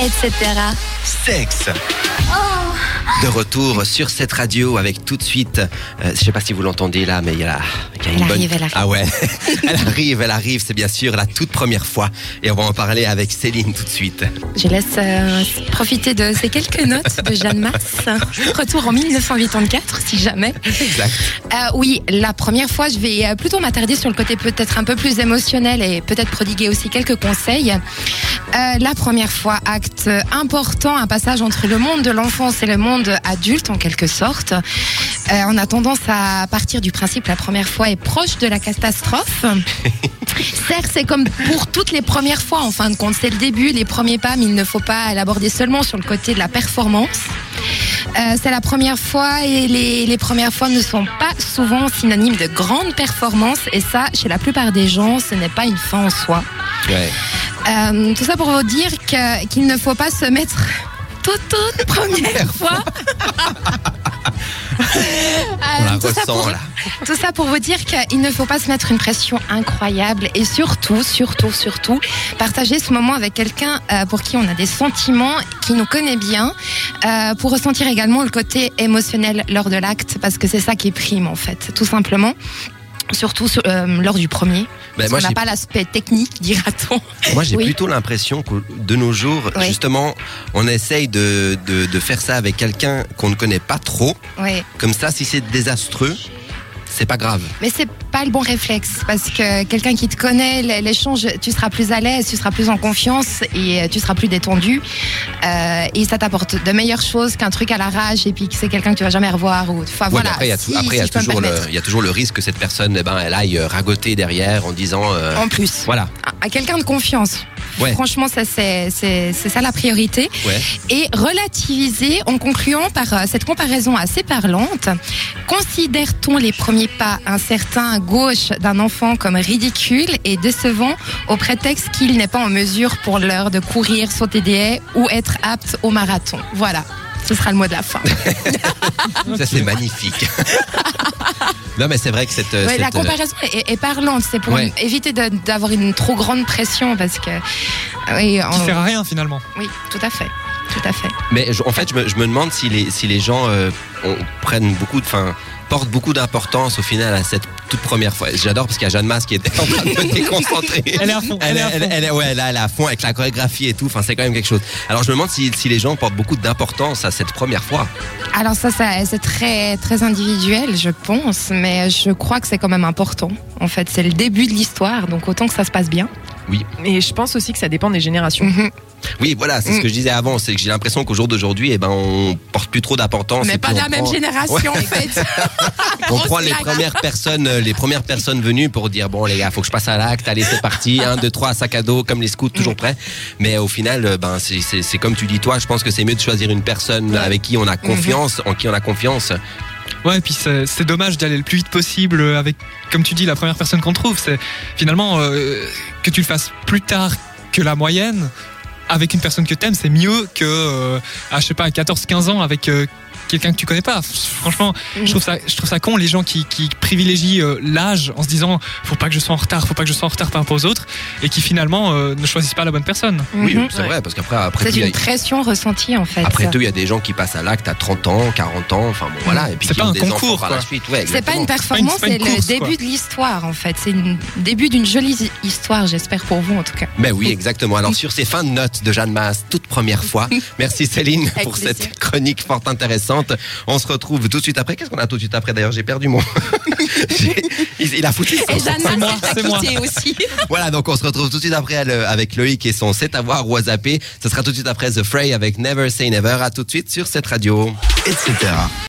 etc. Sexe. De retour sur cette radio avec tout de suite, euh, je sais pas si vous l'entendez là, mais il y a, la- il y a une Elle bonne- arrive, elle arrive. Ah ouais, elle arrive, elle arrive, c'est bien sûr la toute première fois. Et on va en parler avec Céline tout de suite. Je laisse euh, profiter de ces quelques notes de Jeanne Mars. Retour en 1984, si jamais. Exact. Euh, oui, la première fois, je vais euh, plutôt m'attarder sur le côté peut-être un peu plus émotionnel et peut-être prodiguer aussi quelques conseils. Euh, la première fois, acte important, un passage entre le monde de l'enfance et le monde adulte en quelque sorte. Euh, on a tendance à partir du principe que la première fois est proche de la catastrophe. Certes, c'est comme pour toutes les premières fois, en fin de compte, c'est le début, les premiers pas, mais il ne faut pas l'aborder seulement sur le côté de la performance. Euh, c'est la première fois et les, les premières fois ne sont pas souvent synonymes de grande performance et ça, chez la plupart des gens, ce n'est pas une fin en soi. Ouais. Euh, tout ça pour vous dire que- qu'il ne faut pas se mettre toute, toute première fois. On la Euh, tout ça pour- ressent là. tout ça pour vous dire qu'il ne faut pas se mettre une pression incroyable et surtout, surtout, surtout, partager ce moment avec quelqu'un euh, pour qui on a des sentiments, qui nous connaît bien, euh, pour ressentir également le côté émotionnel lors de l'acte, parce que c'est ça qui prime en fait, tout simplement. Surtout sur- euh, lors du premier. Ben, parce moi, qu'on n'a j'ai- pas l'aspect technique, dira-t-on. Moi, j'ai Oui. plutôt l'impression que de nos jours, Oui. justement, on essaye de, de, de faire ça avec quelqu'un qu'on ne connaît pas trop. Ouais. Comme ça, si c'est désastreux, c'est pas grave. Mais c'est pas le bon réflexe parce que quelqu'un qui te connaît, l- l'échange, tu seras plus à l'aise, tu seras plus en confiance et euh, tu seras plus détendu. Euh, et ça t'apporte de meilleures choses qu'un truc à la rage et puis que c'est quelqu'un que tu vas jamais revoir. Ou... Enfin Ouais, mais voilà. après, il y a, tout- si- après, si il y a je peux me toujours le, permettre. il y a toujours le risque que cette personne, eh ben, elle aille euh, ragoter derrière en disant, euh, En plus, voilà, à- à quelqu'un de confiance. Ouais. Franchement, ça c'est c'est- c'est ça la priorité. ouais, et relativiser en concluant par euh, cette comparaison assez parlante. Considère-t-on les premiers pas incertains à gauche d'un enfant comme ridicules et décevants au prétexte qu'il n'est pas en mesure pour l'heure de courir, sauter des haies ou être apte au marathon Voilà. Ce sera le mot de la fin. Ah. ça c'est magnifique. non, mais c'est vrai que cette, euh, Ouais, la cette, euh, comparaison est, est parlante. C'est pour Ouais. éviter de- d'avoir une trop grande pression parce que. Oui, on- Qui sert à rien finalement. oui, tout à fait. Tout à fait. mais je- en fait, je me, je me demande si les, si les gens euh, ont- prennent beaucoup de, enfin, portent beaucoup d'importance au final à cette toute première fois. J'adore parce qu'il y a Jeanne Masse qui était en train de me déconcentrer. Elle est à fond. Elle, Elle, est à elle- fond. elle est- ouais, là, elle est à fond avec la chorégraphie et tout. Enfin, c'est quand même quelque chose. Alors, je me demande si, si les gens portent beaucoup d'importance à cette première fois. Alors ça, ça c'est très très individuel, je pense, mais je crois que c'est quand même important. En fait, c'est le début de l'histoire, donc autant que ça se passe bien. Oh, Et je pense aussi que ça dépend des générations. Oui, voilà, c'est ce Mm. que je disais avant. C'est que j'ai l'impression qu'au jour d'aujourd'hui, eh ben, on porte plus trop d'importance. et mais puis pas de on la même prend- génération, en fait. On Grosse prend les blague. premières personnes, euh, les premières personnes venues pour dire bon les gars, faut que je passe à l'acte, allez c'est parti, un, deux, trois, sac à dos comme les scouts, Mm. toujours prêt. Mais au final, euh, ben c'est- c'est c'est comme tu dis toi, je pense que c'est mieux de choisir une personne avec qui on Mm-hmm. a confiance, en qui on a confiance. Ouais, et puis c'est c'est dommage d'aller le plus vite possible euh, avec, comme tu dis, la première personne qu'on trouve. C'est finalement euh, que tu le fasses plus tard que la moyenne avec une personne que t'aimes, c'est mieux que euh, à je sais pas à 14-15 ans avec euh, quelqu'un que tu connais pas. Franchement, je trouve ça, je trouve ça con les gens qui, qui privilégient euh, l'âge en se disant faut pas que je sois en retard, faut pas que je sois en retard par rapport aux autres, et qui finalement euh, ne choisissent pas la bonne personne. Oui, Mhm. c'est vrai parce qu'après après C'est tout, il y a- une pression ressentie, en fait. après tout, il y a des gens qui passent à l'acte à 30 ans, 40 ans, enfin bon voilà, et puis C'est qui pas ont un des enfants concours, par la quoi. suite. Ouais, Mm. C'est pas exactement. une performance, pas une c'est le course, début quoi. de l'histoire, en fait. C'est le début d'une jolie histoire, j'espère pour vous, en tout cas. Ben oui, exactement. Alors sur ces fins de notes de Jeanne Masse, toute première fois, merci Céline Avec pour plaisir. cette chronique fort intéressante. On se retrouve tout de suite après. Qu'est-ce qu'on a tout de suite après d'ailleurs J'ai perdu mon... J'ai- il, il a foutu ça. Et Jeanne C'est moi, Masse, c'est moi. quittée aussi. Voilà, donc on se retrouve tout de suite après le- avec Loïc et son C'est à voir ou à zapper. Ce sera tout de suite après The Fray avec Never Say Never. À tout de suite sur cette radio, etc.